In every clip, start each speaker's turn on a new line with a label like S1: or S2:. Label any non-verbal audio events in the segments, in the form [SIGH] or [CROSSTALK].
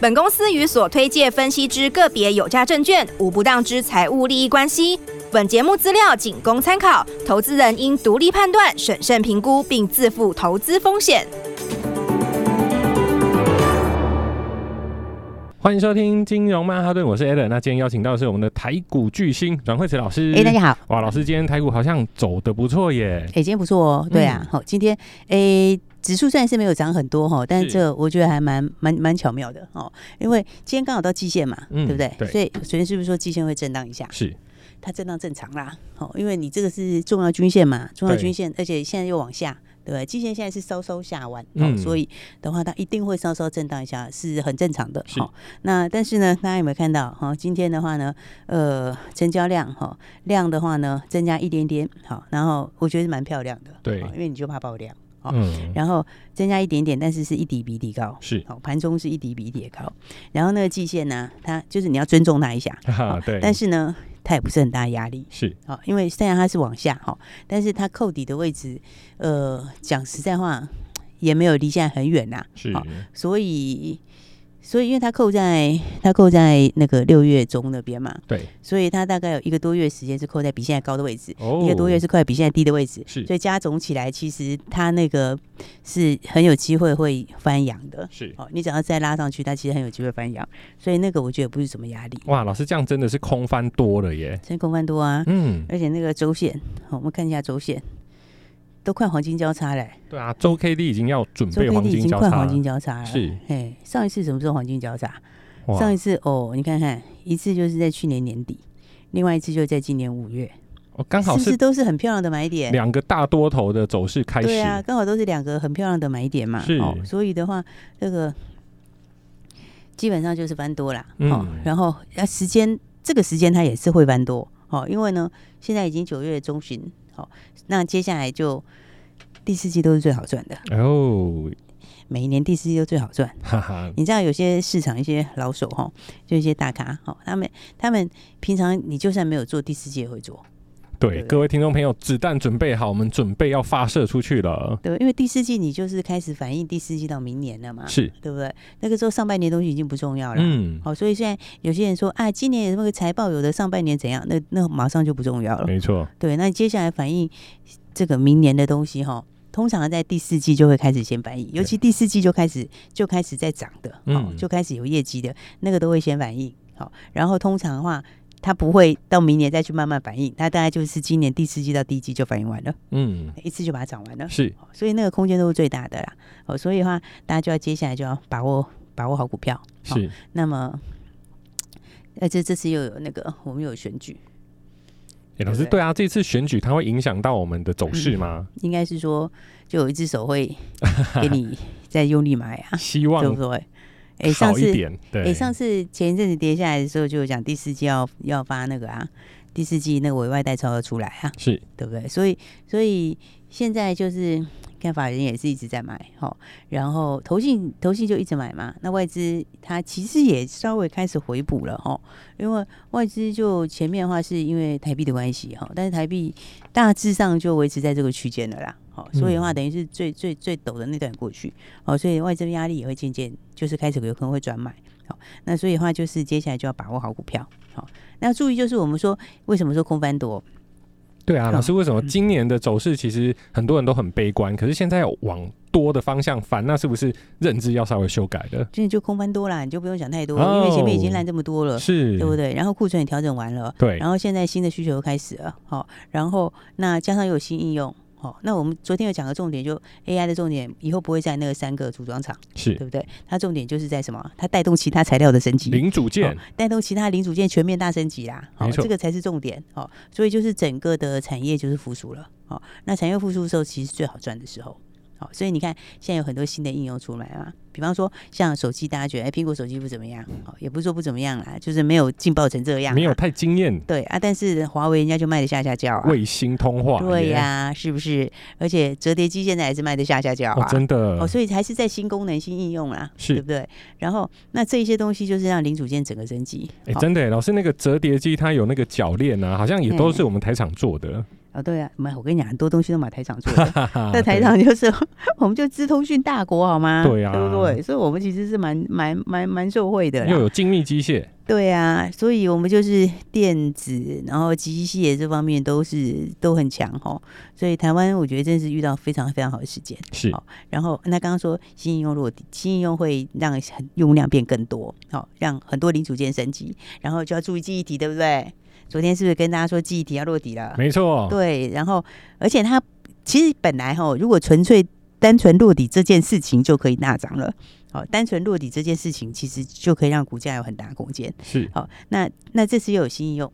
S1: 本公司与所推介分析之个别有价证券无不当之财务利益关系。本节目资料仅供参考，投资人应独立判断、审慎评估，并自负投资风险。
S2: 欢迎收听金融曼哈顿，我是 Alan。那今天邀请到的是我们的台股巨星阮惠慈老师。
S3: 哎、大家好，
S2: 哇，老师今天台股好像走的不错耶。
S3: 哎、今天不错哦，对
S2: 嗯
S3: 啊，好、今天哎、指数虽然是没有涨很多哈，但
S2: 是
S3: 这我觉得还蛮蛮蛮巧妙的哦，因为今天刚好到季线嘛，
S2: 嗯
S3: 对不对？
S2: 对
S3: 所以昨天是不是说季线会震荡一下？
S2: 是，
S3: 它震荡正常啦，哦，因为你这个是重要均线嘛，重要
S2: 对
S3: 均线，而且现在又往下。对不对，季线现在是稍稍下弯，哦，
S2: 嗯
S3: 所以的话，它一定会稍稍震荡一下，是很正常的。
S2: 是
S3: 哦，那但是呢，大家有没有看到？哈、哦，今天的话呢，呃，成交量哈、哦、量的话呢，增加一点点，好、然后我觉得是蛮漂亮的，
S2: 对
S3: 哦因为你就怕爆量，哦
S2: 嗯，
S3: 然后增加一点点，但是是一底比一底高，
S2: 是，
S3: 好、盘中是一底比一底高，然后那个季线呢，它就是你要尊重它一下，
S2: 哈哈，
S3: 哦
S2: 对，
S3: 但是呢，它也不是很大压力。
S2: 是，
S3: 好、因为虽然它是往下哈、哦但是它扣底的位置，呃，讲实在话，也没有离现在很远呐、
S2: 是，
S3: 好所以，所以因为它扣在它扣在那个六月中那边嘛，
S2: 对，
S3: 所以它大概有一个多月时间是扣在比现在高的位置，
S2: 哦
S3: 一个多月是快比现在低的位置，
S2: 是
S3: 所以加总起来，其实它那个是很有机会会翻扬的。
S2: 是。
S3: 哦，你只要再拉上去，它其实很有机会翻扬，所以那个我觉得不是什么压力，
S2: 哇，老师这样真的是空翻多了耶。
S3: 真空翻多啊，
S2: 嗯，
S3: 而且那个周线，好，我们看一下周线，都快黄金交叉嘞、
S2: 对啊，周 K D 已经要准
S3: 周
S2: 备黄
S3: K D 已
S2: 金
S3: 经
S2: 交
S3: 快
S2: 叉
S3: 黄金
S2: 了，
S3: 交叉了。
S2: 是，
S3: 哎，上一次什么时候黄金交叉？
S2: 哇
S3: 上一次哦，你看看，一次就是在去年年底，另外一次就是在今年五月，
S2: 哦刚好
S3: 是不
S2: 是
S3: 是都是很漂亮的买点？
S2: 两个大多头的走势开
S3: 对啊，
S2: 始，
S3: 刚好都是两个很漂亮的买点嘛。哦
S2: 是
S3: 所以的话，这个基本上就是翻多啦。哦
S2: 嗯，
S3: 然后啊，时间这个时间它也是会翻多哦，因为呢，现在已经九月中旬，哦，那接下来就第四季都是最好赚的，
S2: 哦，
S3: 每一年第四季都最好赚。
S2: 哈哈，
S3: 你知道有些市场一些老手哈，就一些大咖哈，他们他们平常你就算没有做第四季也会做，
S2: 对，
S3: 对
S2: 各位听众朋友，子弹准备好，我们准备要发射出去了，
S3: 对吧，因为第四季你就是开始反映第四季到明年了嘛，
S2: 是，
S3: 对不对？那个时候上半年东西已经不重要了。
S2: 嗯，
S3: 好，所以现在有些人说啊，今年有那个财报，有的上半年怎样，那那马上就不重要了。
S2: 没错，
S3: 对，那接下来反映这个明年的东西哈，通常在第四季就会开始先反映，尤其第四季就开始就开始在涨的，哦
S2: 嗯，
S3: 就开始有业绩的，那个都会先反映。好，然后通常的话，它不会到明年再去慢慢反映，它大概就是今年第四季到第一季就反映完了，
S2: 嗯，
S3: 一次就把它涨完了。
S2: 是，
S3: 好所以那个空间都是最大的啦。哦，所以的话，大家就要接下来就要把握把握好股票。好
S2: 是，
S3: 那么，呃，这这次又有那个我们又有选举，
S2: 欸、老师，
S3: 对嗯不
S2: 对啊，这次选举它会影响到我们的走势吗？
S3: 应该是说就有一只手会给你在用力买啊，
S2: 希
S3: 对
S2: 望
S3: 不对？哎，上
S2: 好一
S3: 次
S2: 点，对，
S3: 哎，上次前一阵子跌下来的时候，就有讲第四季要要发那个啊，第四季那个委外代操要出来啊，
S2: 是
S3: 对不对？所以所以现在就是 [SNIFFS] 看法人也是一直在买哈，然后投信投信就一直买嘛，那外资它其实也稍微开始回补了哈，因为外资就前面的话是因为台币的关系哈，但是台币大致上就维持在这个区间了啦。好，所以的话，
S2: 嗯
S3: 等于是最最最陡的那段过去，哦，所以外资压力也会渐渐就是开始有可能会转买，好、那所以的话就是接下来就要把握好股票，好、那注意就是我们说为什么说空翻多，
S2: 对啊。
S3: 好嗯
S2: 老师，为什么今年的走势其实很多人都很悲观，可是现在往多的方向翻，那是不是认知要稍微修改的？
S3: 真的就空翻多啦，你就不用想太多，
S2: 哦
S3: 因为前面已经烂这么多了，
S2: 是，
S3: 呃对不对？然后库存也调整完了，
S2: 对
S3: 然后现在新的需求又开始了，好、然后那加上又有新应用，好、那我们昨天有讲个重点，就 AI 的重点，以后不会在那个三个组装厂，对
S2: 是
S3: 不对？它重点就是在什么？它带动其他材料的升级，
S2: 零组件
S3: 哦，带动其他零组件全面大升级啦，
S2: 没
S3: 哦，
S2: 错
S3: 这个才是重点哦。所以就是整个的产业就是复苏了，哦，那产业复苏的时候，其实最好赚的时候。好，所以你看现在有很多新的应用出来嘛，比方说像手机，大家觉得哎，苹果手机不怎么样，哦，也不是说不怎么样啦，就是没有劲爆成这样啊，
S2: 没有太惊艳。
S3: 对啊，但是华为人家就卖的下下焦啊，
S2: 卫星通话，
S3: 对呀、是不是？而且折叠机现在也是卖的下下焦
S2: 哦
S3: 啊，，
S2: 真的
S3: 哦，，所以还是在新功能、新应用啦，
S2: 是
S3: 对不对？然后那这一些东西就是让零组件整个升级。
S2: 哎，
S3: 哦
S2: 真的耶，老师那个折叠机它有那个铰链啊，好像也都
S3: 嗯
S2: 是我们台厂做的。
S3: 哦，对啊，没有我跟你讲，很多东西都买台厂
S2: [LAUGHS]。
S3: 做的
S2: 哈哈
S3: 那台厂就是我们就资通讯大国好吗？
S2: 对啊
S3: 对不对？所以我们其实是蛮蛮蛮蛮受惠的
S2: 对
S3: 啦
S2: 又。有精密机械，
S3: 对啊，所以我们就是电子，然后机械这方面都是都很强哦。所以台湾我觉得真是遇到非常非常好的时间。
S2: 是
S3: 好然后那刚刚说新应用落地，新应用会让很用量变更多，好、让很多零组件升级，然后就要注意记忆体，对不对？昨天是不是跟大家说记忆体要落地了？
S2: 没错，
S3: 对，然后而且它其实本来哈、如果纯粹单纯落底这件事情就可以大涨了，好、单纯落底这件事情其实就可以让股价有很大的空间。
S2: 是。
S3: 好、那那这次又有新应用，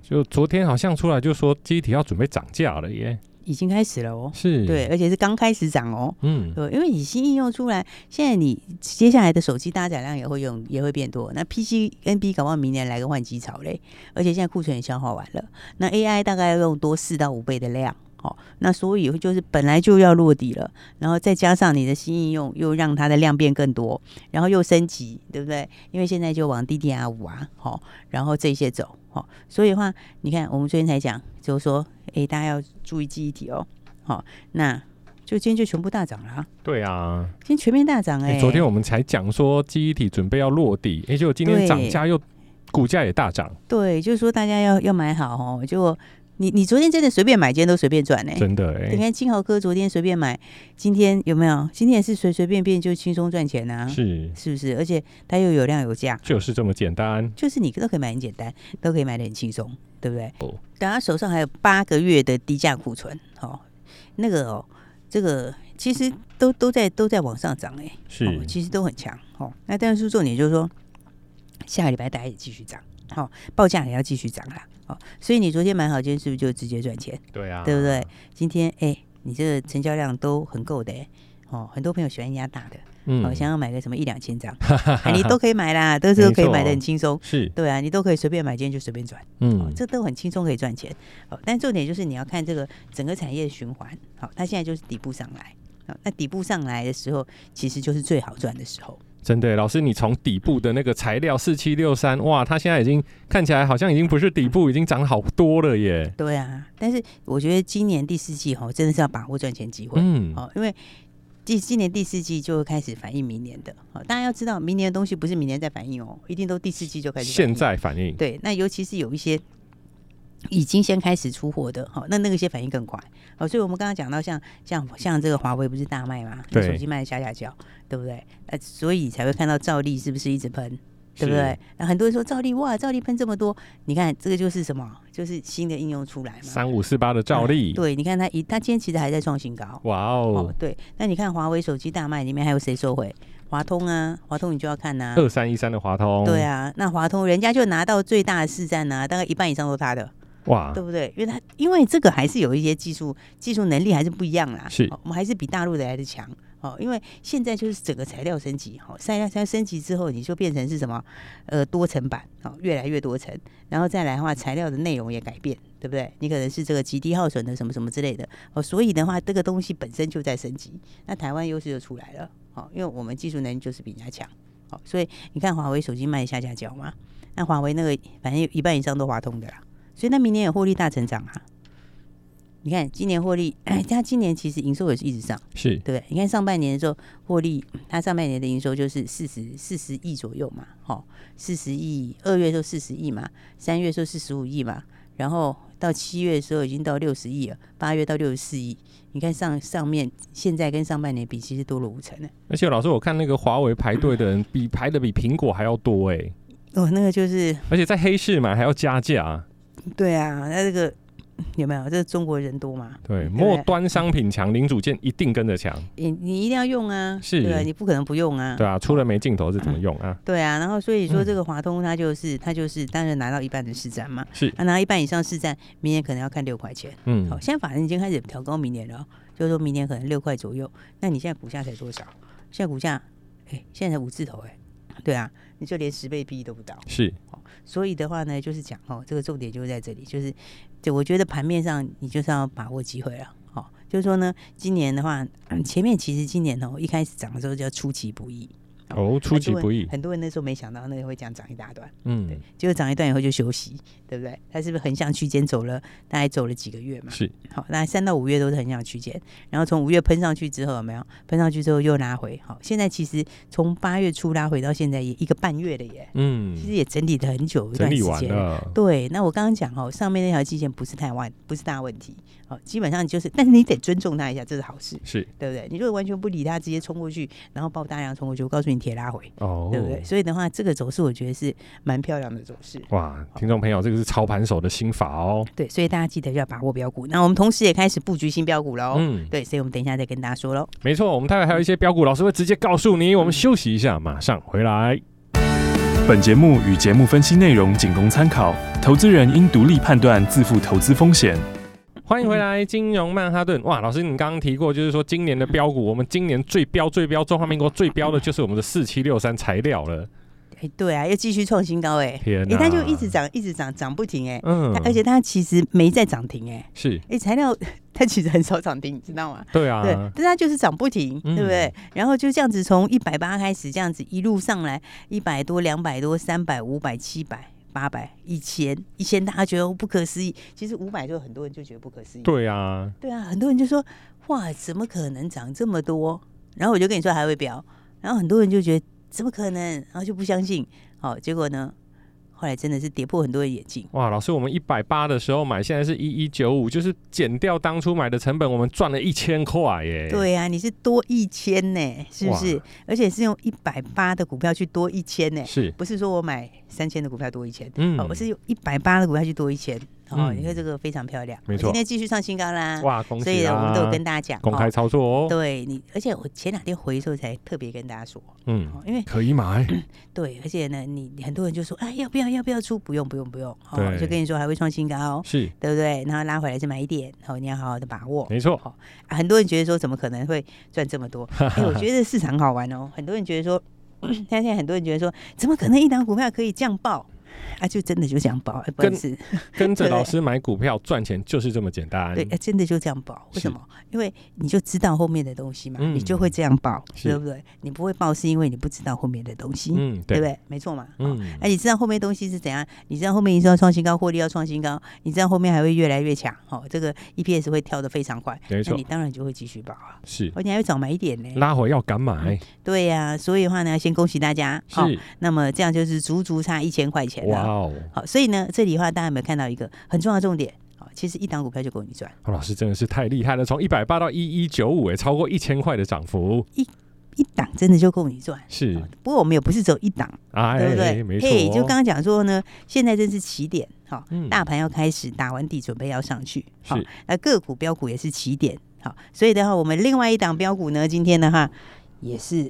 S2: 就昨天好像出来就说机体要准备涨价了耶，
S3: 已经开始了哦，
S2: 是，
S3: 对，，而且是刚开始涨哦。
S2: 嗯，
S3: 对，因为你新应用出来，现在你接下来的手机搭载量也会用，也会变多。那 PC、NB 搞不好明年来个换机潮嘞，而且现在库存也消耗完了。那 AI 大概要用多四到五倍的量，哦，那所以就是本来就要落地了，然后再加上你的新应用又让它的量变更多，然后又升级，对不对？因为现在就往 DDR 五啊，好、然后这些走，好、所以的话，你看我们昨天才讲，就是说，诶，大家要注意记忆体哦，好、那就今天就全部大涨了、啊。
S2: 对啊，
S3: 今天全面大涨哎、
S2: 哎、昨天我们才讲说记忆体准备要落地，哎、结果今天
S3: 对
S2: 涨价又股价也大涨，
S3: 对，就是说大家要要买好哦。结果你你昨天真的随便买，今天都随便赚哎、
S2: 真的哎、
S3: 你看金豪科昨天随便买，今天有没有？今天也是随随便便就轻松赚钱啊，
S2: 是
S3: 是不是？而且它又有量有价，
S2: 就是这么简单。
S3: 就是你都可以买很简单，都可以买的很轻松，对不对？
S2: 哦
S3: 等他手上还有八个月的低价库存，哦，那个哦，这个其实都都在都在往上涨哎、
S2: 是，
S3: 哦，其实都很强。哦，那但是重点就是说，下个礼拜大家也继续涨，好、哦，报价也要继续涨啦。哦，所以你昨天买好，今天是不是就直接赚钱？
S2: 对啊，
S3: 对不对？今天哎、你这个成交量都很够的、哎哦，很多朋友喜欢压大的，
S2: 嗯
S3: 哦，想要买个什么一两
S2: [LAUGHS]
S3: 千张、哎你都可以买啦，都是都可以买的很轻松。
S2: 是，
S3: 对啊，你都可以随便买，今天就随便转，哦
S2: 嗯，，
S3: 这都很轻松可以赚钱。哦，但重点就是你要看这个整个产业循环。好、它现在就是底部上来。好、那底部上来的时候，其实就是最好赚的时候。
S2: 真的耶，老师，你从底部的那个材料四七六三，哇，它现在已经看起来好像已经不是底部，已经涨好多了耶。
S3: 对啊，但是我觉得今年第四季哦吼，真的是要把握赚钱机会。
S2: 嗯，
S3: 哦，因为第今年第四季就会开始反映明年的。哦，大家要知道，明年的东西不是明年再反映哦，一定都第四季就开始反
S2: 现
S3: 映。
S2: 在反应，
S3: 对，那尤其是有一些已经先开始出货的，好、那那个些反应更快。哦，所以我们刚刚讲到像像像这个华为不是大卖嘛，那
S2: 对
S3: 手机卖的下下焦，对不对？呃，所以才会看到照例是不是一直喷。对不
S2: 是
S3: 对？那很多人说照例哇，照例喷这么多，你看这个就是什么？就是新的应用出来嘛。嗯
S2: 三五四八的照例，
S3: 对，你看它一，它今天其实还在创新高。
S2: 哇
S3: 哦
S2: 哦，，
S3: 对，那你看华为手机大卖里面还有谁收回？华通啊，华通你就要看呐、
S2: 二三一三的华通，
S3: 对，啊，那华通人家就拿到最大的市占啊呐、大概一半以上都他的，
S2: 哇
S3: 对，不对？因为他因为这个还是有一些技术技术能力还是不一样啦，
S2: 是
S3: 哦我们还是比大陆的来的强哦。因为现在就是整个材料升级，哦，材料材料升级之后，你就变成是什么？呃，多层板哦，越来越多层，然后再来的话，材料的内容也改变，对不对？你可能是这个极低耗损的什么什么之类的哦，所以的话，这个东西本身就在升级，那台湾优势就出来了哦，因为我们技术能力就是比人家强。哦，所以你看华为手机卖下下焦嘛，那华为那个反正有一半以上都华通的啦，所以那明年有获利大成长啊。你看今年获利， [CLEARS THROAT] 它今年其实营收也是一直上，
S2: 是，
S3: 对不对？你看上半年的时候获利，它上半年的营收就是四十四十亿左右嘛，哦，四十亿，二月的时候四十亿嘛，三月的时候四十五亿嘛，然后到七月的时候已经到六十亿了，八月到六十四亿。你看上上面现在跟上半年比，其实多了五成呢。
S2: 而且老师，我看那个华为排队的
S3: [CLEARS THROAT]
S2: 人比排的比苹果还要多哎，
S3: 哦，那个就是
S2: 而且在黑市买还要加价，
S3: 对啊，那这个有没有？这中国人多嘛？
S2: 对，
S3: 不
S2: 末端商品强，零组件一定跟着强，
S3: 你你一定要用啊，
S2: 是
S3: 对啊，你不可能不用啊，
S2: 对啊，出了没镜头是怎么用啊？
S3: 对啊，然后所以说这个华通它就是、它就是当然拿到一半的市占嘛，
S2: 是
S3: 啊，拿一半以上市占，明年可能要看六块钱。
S2: 嗯
S3: 好、，现在法人已经开始调高明年了哦，就是说明年可能六块左右。那你现在股价才多少？现在股价，哎、现在才五字头哎、对啊，你就连十倍 P E 都不到。
S2: 是
S3: 所以的话呢，就是讲哦，这个重点就是在这里，就是这我觉得盘面上你就是要把握机会了。哦，就是说呢，今年的话，嗯前面其实今年哦一开始涨的时候叫出其不意，
S2: 哦，出其不意，
S3: 很多人那时候没想到那个会讲涨一大段，
S2: 嗯，
S3: 结果涨一段以后就休息，对不对？它是不是横向区间走了，大概走了几个月嘛？
S2: 是
S3: 好，那三到五月都是横向区间，然后从五月喷上去之后有没有？喷上去之后又拉回，好，现在其实从八月初拉回到现在也一个半月了耶，其实
S2: 嗯，
S3: 也整理了很久一
S2: 整
S3: 段
S2: 理
S3: 时
S2: 完
S3: 间。
S2: 了，
S3: 对，那我刚刚讲哦，上面那条季线不是太万，不是大问题，好，基本上就是， [LAUGHS] 但是你得尊重它一下，这是好事，
S2: 是
S3: 对不对？你如果完全不理它，直接冲过去，然后爆大量冲过去，我告诉你铁拉回，
S2: 哦
S3: 对，不对？所以的话，这个走势我觉得是蛮漂亮的走势。
S2: 哇，听众朋友，这个是操盘手的心法哦，
S3: 对，所以大家记得要把握标股。那我们同时也开始布局新标股喽。
S2: 嗯，
S3: 对，所以我们等一下再跟大家说喽。
S2: 没错，我们待会还有一些标股，老师会直接告诉你。我们休息一下，马上回来。
S4: 本节目与节目分析内容仅供参考，投资人应独立判断，自负投资风险。
S2: 欢迎回来，金融曼哈顿。哇，老师，你刚刚提过，就是说今年的标股，我们今年最标最标，中华民国最标的就是我们的四七六三材料了。
S3: 哎，对啊，又继续创新高哎、
S2: 天
S3: 哎、
S2: 哪，
S3: 它就一直涨，一直涨，涨不停哎、
S2: 嗯
S3: 它，而且它其实没在涨停哎、
S2: 是
S3: 哎、材料 [LAUGHS] 它其实很少涨停，你知道吗？
S2: 对
S3: 对，
S2: 啊，
S3: 但它就是涨不停，
S2: 嗯
S3: 对不对？然后就这样子从一百八开始，这样子一路上来，一百多、两百多、三百、五百、七百、八百、一千，一千大家觉得不可思议，其实五百就很多人就觉得不可思议，
S2: 对啊，
S3: 对啊，很多人就说哇，怎么可能涨这么多？然后我就跟你说还会飙，然后很多人就觉得怎么可能，然后就不相信。好、结果呢，后来真的是跌破很多人眼镜。
S2: 哇，老师，我们一百八的时候买，现在是一一九五，就是减掉当初买的成本，我们赚了一千块耶。，
S3: 对啊，你是多一千呢，是不是
S2: 哇？
S3: 而且是用一百八的股票去多一千呢，
S2: 是，
S3: 不是说我买三千的股票多一千、
S2: 嗯
S3: 哦，我是用一百八的股票去多一千。哦，
S2: 嗯
S3: 你看这个非常漂亮，
S2: 没错
S3: 今天继续创新高啦。
S2: 哇，恭喜
S3: 所以呢，
S2: 啦
S3: 我们都有跟大家讲
S2: 公开
S3: 哦
S2: 操作哦，
S3: 对你，而且我前两天回的时候才特别跟大家说，
S2: 嗯，
S3: 哦因为
S2: 可以买，
S3: 对，而且呢，你你很多人就说，哎，要不要要不要出？不用不用不用，哦，
S2: 对
S3: 就跟你说还会创新高，
S2: 是
S3: 对不对？然后拉回来再买一点，哦，你要好好的把握。
S2: 没错，
S3: 啊很多人觉得说，怎么可能会赚这么
S2: [LAUGHS]
S3: 多？哎，我觉得市场好玩哦。很多人觉得说， [CLEARS THROAT] 但现在很多人觉得说，怎么可能一档股票可以这样爆？啊，就真的就这样爆，哎不
S2: 跟
S3: 是
S2: 跟着
S3: 对
S2: 老师买股票赚钱就是这么简单。
S3: 对，哎真的就这样爆。为
S2: 是
S3: 什么？因为你就知道后面的东西嘛，你就
S2: 嗯
S3: 会这样爆，
S2: 是
S3: 对不对？你不会爆是因为你不知道后面的东西，
S2: 嗯，对
S3: 对不，对？没错嘛。哦
S2: 嗯
S3: 哎、，你知道后面东西是怎样？你知道后面一定要创新高，获利要创新高，你知道后面还会越来越强，哦，这个 EPS 会跳得非常快，
S2: 没
S3: 那
S2: 错
S3: 你，当然就会继续保啊，
S2: 是
S3: 而且还会早买一点呢。
S2: 拉回要敢买，
S3: 对呀、所以的话呢，先恭喜大家，哦
S2: 是
S3: 那么这样就是足足差一千块钱
S2: 哇
S3: 了。
S2: 哦，
S3: 好，所以呢，这里的话，大家有没有看到一个很重要的重点？好，其实一档股票就够你赚，
S2: 哦老师真的是太厉害了，从一百八到一一九五，哎，超过一千块的涨幅，
S3: 一档真的就够你赚。
S2: 是，
S3: 不过我们也不是只有一档，
S2: 哎，
S3: 哦对不对？
S2: 没错，
S3: 就刚刚讲说呢，现在正是起点，好、
S2: 嗯
S3: 大盘要开始打完底，准备要上去，好、
S2: 是
S3: 那个股标股也是起点，好、所以的话，我们另外一档标股呢，今天的话也是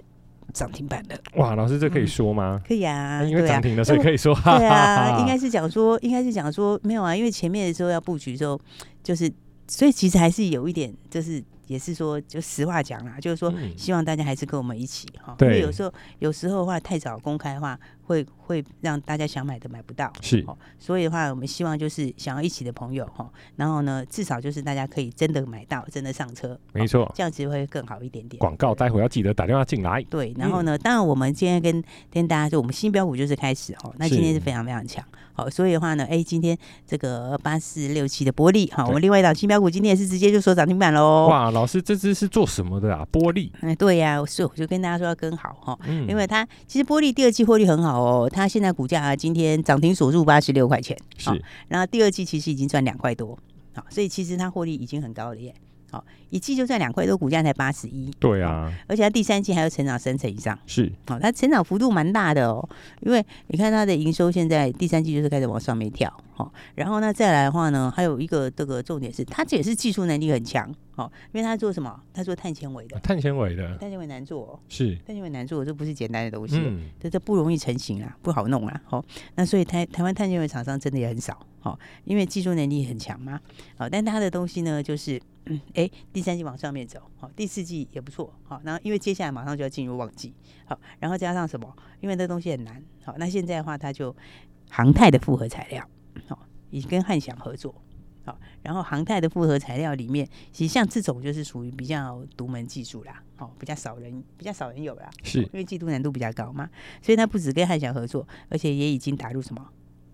S3: 涨停板的，
S2: 哇，老师这可以说吗？
S3: 可以啊，
S2: 哎因为涨停了，所以可
S3: 以。
S2: 以说，
S3: [LAUGHS] 对
S2: 哈哈 [LAUGHS]
S3: 啊，
S2: 哈
S3: 应该是讲说，应该是讲说没有啊，因为前面的时候要布局的时候，就是所以其实还是有一点，就是也是说，就实话讲啦，就是说
S2: 嗯
S3: 希望大家还是跟我们一起哈，因
S2: 对
S3: 为有时候有时候的话太早公开的话，会会让大家想买的买不到。
S2: 是
S3: 哦，所以的话，我们希望就是想要一起的朋友哈，然后呢，至少就是大家可以真的买到，真的上车，
S2: 没
S3: 哦，
S2: 错，
S3: 这样子会更好一点点。
S2: 广告待会要记得打电话进来，
S3: 对，然
S2: 嗯
S3: 后呢，当然我们今天跟跟大家说，我们新标股就是开始哦，那今天是非常非常强。好，所以的话呢，哎，今天这个八四六七的玻璃，好，我们另外一档新标股今天也是直接就说涨停板喽。
S2: 哇，老师这只是做什么的啊？玻璃，
S3: 哎，对呀、所以我就跟大家说要跟好哈、哦，
S2: 嗯
S3: 因为它其实玻璃第二季获利很好哦，它现在股价、今天涨停锁住八十六块钱，
S2: 是
S3: 哦然后第二季其实已经赚两块多，好、所以其实它获利已经很高了耶。好、一季就赚两块多，股价才八十一，
S2: 对啊，
S3: 而且它第三季还要成长三成以上，
S2: 是
S3: 好、哦它成长幅度蛮大的哦。因为你看它的营收现在第三季就是开始往上面跳，好、然后呢再来的话呢，还有一个这个重点是，它这也是技术能力很强，好、因为它做什么？它做碳纤维的，
S2: 碳纤维的，
S3: 碳纤维难做、哦，
S2: 是，
S3: 碳纤维难做，这不是简单的东西哦、
S2: 嗯，
S3: 这这不容易成型啊，不好弄啊。好、那所以台台湾碳纤维厂商真的也很少，好、因为技术能力很强嘛。好、但它的东西呢，就是嗯，哎，第三季往上面走，好、第四季也不错，好、然后因为接下来马上就要进入旺季，好、然后加上什么？因为这东西很难，好、那现在的话，它就航太的复合材料，好、已经跟汉翔合作。好，然后航太的复合材料里面，其实像这种就是属于比较独门技术啦，好、比较少人比较少人有啦，
S2: 是，
S3: 因为技术难度比较高嘛，所以它不止跟汉翔合作，而且也已经打入什么？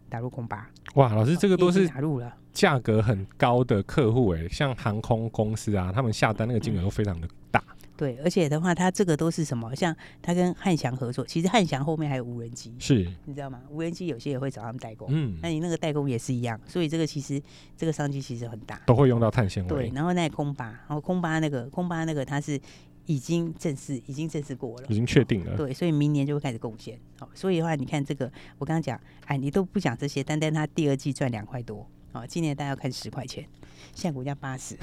S3: 打入空巴，哦
S2: 哇，老师这个
S3: 也已
S2: 都
S3: 经
S2: 是
S3: 打入了，
S2: 价格很高的客户诶，像航空公司啊，他们下单那个金额都非常的大，
S3: 对，而且的话，它这个都是什么？像它跟汉翔合作，其实汉翔后面还有无人机，
S2: 是，
S3: 你知道吗？无人机有些也会找他们代工，
S2: 嗯
S3: 那，你那个代工也是一样，所以这个其实这个商机其实很大，
S2: 都会用到碳纤
S3: 对。
S2: 维，
S3: 然后那空巴，然后空巴那个空巴那个它是已经正式已经正式过了
S2: 已，经确定了，
S3: 对，所以明年就会开始贡献。好、所以的话，你看这个，我刚刚讲，哎，你都不讲这些，单单它第二季赚两块多，哦，今年大概要看十块钱，现在股价八
S2: [LAUGHS]
S3: 十，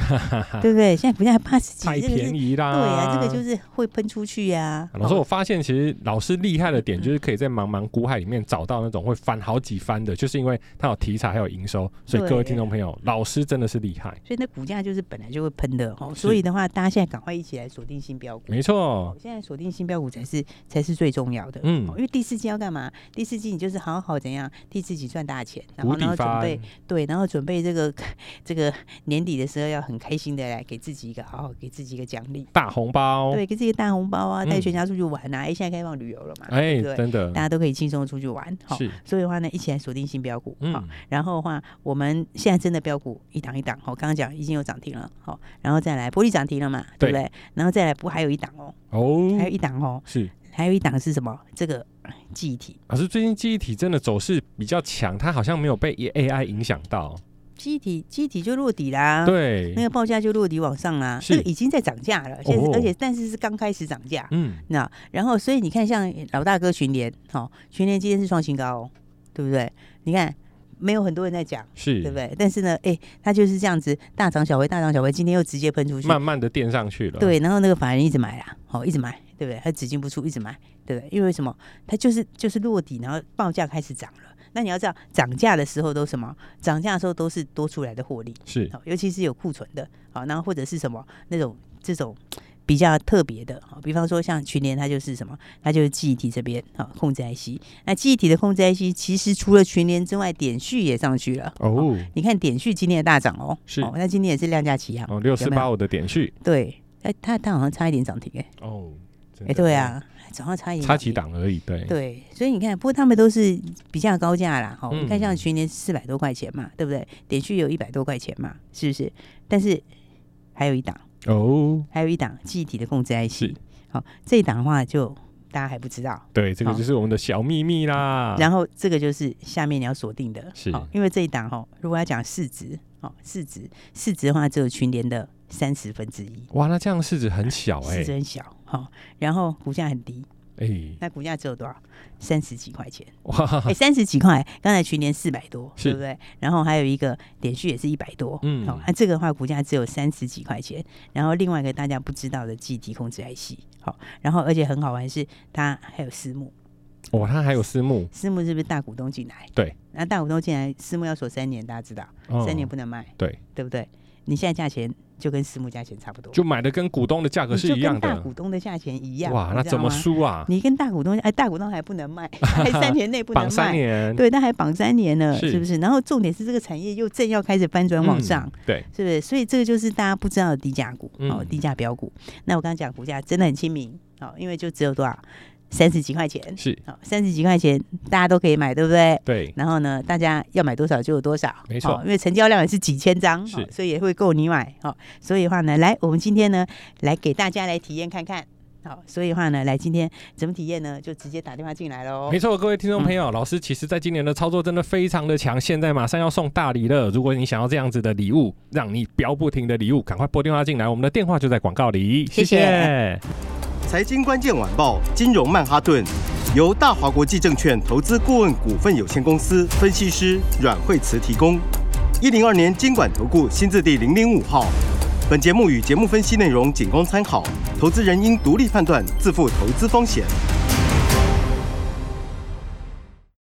S3: 对不对？现在股价八十几，
S2: 太
S3: 这个是
S2: 便宜啦，
S3: 对啊，这个就是会喷出去呀、
S2: 啊老师，
S3: 哦
S2: 我发现其实老师厉害的点就是可以在茫茫股海里面找到那种会翻好几番的，就是因为他有题材还有营收，所以
S3: 对
S2: 各位听众朋友，老师真的是厉害，
S3: 所以那股价就是本来就会喷的哦。
S2: 是
S3: 所以的话，大家现在赶快一起来锁定新标股。
S2: 没错，
S3: 现在锁定新标股才是才是最重要的，
S2: 嗯
S3: 哦因为第四季要干嘛？第四季你就是好好怎样，第四季赚大钱，然
S2: 无
S3: 后
S2: 底
S3: 然后准
S2: 翻
S3: 备，对，然后准备这个这个年底的时候要很开心的来给自己一个好好给自己一个奖励，
S2: 大红包，
S3: 对，给自己一个大红包啊，带
S2: 哦嗯
S3: 全家出去玩啊，哎、现在开放旅游了嘛，
S2: 哎，
S3: 对不对，
S2: 真的
S3: 大家都可以轻松地出去玩，好、
S2: 是，
S3: 所以的话呢，一起来锁定新标股，好、
S2: 嗯，
S3: 然后的话，我们现在真的标股一档一档，好、刚刚讲已经有涨停了，好、然后再来玻璃涨停了嘛，对不
S2: 对
S3: 对？然后再来不还有一档哦，还有
S2: 哦，
S3: 一档哦，
S2: 是。
S3: 还有一档是什么？这个呃记忆体，
S2: 老师最近记忆体真的走势比较强，它好像没有被 AI 影响到。
S3: 记忆体，记忆体就落底啦，
S2: 对
S3: 那，个报价就落底往上啦、
S2: 是
S3: 这个已经在涨价了，现在是、
S2: 哦
S3: 而且但是是刚开始涨价。
S2: 嗯，
S3: 那然后所以你看，像老大哥群联，好、哦，群联今天是创新高、哦，对不对？你看没有很多人在讲，
S2: 是，
S3: 对不对？但是呢，哎，它就是这样子大涨小回，大涨小回，今天又直接喷出去，
S2: 慢慢的垫上去了。，
S3: 对，然后那个法人一直买啦，好、一直买，对不对？他只进不出，一直买，对不对？因为什么？他就是就是落底，然后报价开始涨了。那你要知道，涨价的时候都什么？涨价的时候都是多出来的获利，
S2: 是
S3: 好、哦尤其是有库存的，好、然后或者是什么那种这种比较特别的，好、比方说像群联，它就是什么，它就是记忆体这边，好、控制 IC。那记忆体的控制 IC，其实除了群联之外，点序也上去了。好
S2: 哦
S3: 你看点序今天的大涨哦，
S2: 是
S3: 哦，那今天也是量价齐扬，
S2: 哦，六四
S3: 有没有
S2: 八五的点序
S3: 对，哎，它它好像差一点涨停哎、
S2: 哦，真
S3: 哎、
S2: 的
S3: 对，啊，早上差一点，
S2: 差几。档而已，对，
S3: 对，所以你看，不过他们都是比较高价啦，哈、你看像
S2: 嗯
S3: 去年四百多块钱嘛，对不对？点序有一百多块钱嘛，是不是？但是还有一档，
S2: 哦，
S3: 还有一档记忆体的控制
S2: 是啊
S3: IC，好、这一档的话就大家还不知道，
S2: 对，这个
S3: 好
S2: 就是我们的小秘密啦。
S3: 然后这个就是下面你要锁定的，
S2: 是
S3: 好因为这一档哈、哦，如果要讲市值，哦，市值市值的话只有群联的三十分之一，
S2: 哇，那这样市值很小哎、
S3: 市值很小，好、然后股价很低，
S2: 哎、
S3: 那股价只有多少？三十几块钱，
S2: 哇， [LAUGHS]
S3: 哎、三十几块，刚才去年四百多，
S2: 是
S3: 对不对？然后还有一个点序也是一百多，
S2: 嗯
S3: 好、那这个的话股价只有三十几块钱。然后另外一个大家不知道的记忆体控制 IC，好、然后而且很好玩是它还有私募，
S2: 哇，它还有私募，
S3: 私募是不是大股东进来？
S2: 对，
S3: 那大股东进来，私募要锁三年，大家知道，
S2: 哦
S3: 三年不能卖，
S2: 对，
S3: 对不对？你现在价钱就跟私募价钱差不多，
S2: 就买的跟股东的价格
S3: 你
S2: 是
S3: 就
S2: 一样
S3: 跟大
S2: 的
S3: 股，东的价钱一样，
S2: 哇，
S3: 你
S2: 那
S3: 知
S2: 怎
S3: 道
S2: 么
S3: 吗
S2: 输啊？
S3: 你跟大股东，哎，大股东还不
S2: [LAUGHS]
S3: 能卖，还三年内不能
S2: 绑三
S3: 卖，
S2: 年，
S3: 对，但还绑三年呢，
S2: 嗯是
S3: 是不是？然后重点是这个产业又正要开始翻转
S2: 嗯，
S3: 往上，
S2: 对，
S3: 是不是？所以这个就是大家不知道的低价股、哦
S2: 嗯，
S3: 低价标股。那我刚刚讲股价真的很亲民哦，因为就只有多少三十几块钱，
S2: 是，
S3: [LAUGHS] 好、三十几块钱大家都可以买，对不对？
S2: 对，
S3: 然后呢，大家要买多少就有多少，
S2: 没错
S3: 哦因为成交量也是几千张，
S2: 是
S3: 哦所以也会够你买哦。所以的话呢，来，我们今天呢，来给大家来体验看看好，所以的话呢，来今天怎么体验呢？就直接打电话进来喽。
S2: 没错，各位听众朋友，老师其实在今年的操作真的非常的强，现在马上要送大礼了。如果你想要这样子的礼物，让你飙不停的礼物，赶快拨电话进来，我们的电话就在广告里。
S3: 谢谢
S2: 谢
S5: 财经关键晚报，金融曼哈顿，由大华国际证券投资顾问股份有限公司分析师阮惠慈提供。一零二年经管投顾新字第零零五号。本节目与节目分析内容仅供参考，投资人应独立判断，自负投资风险。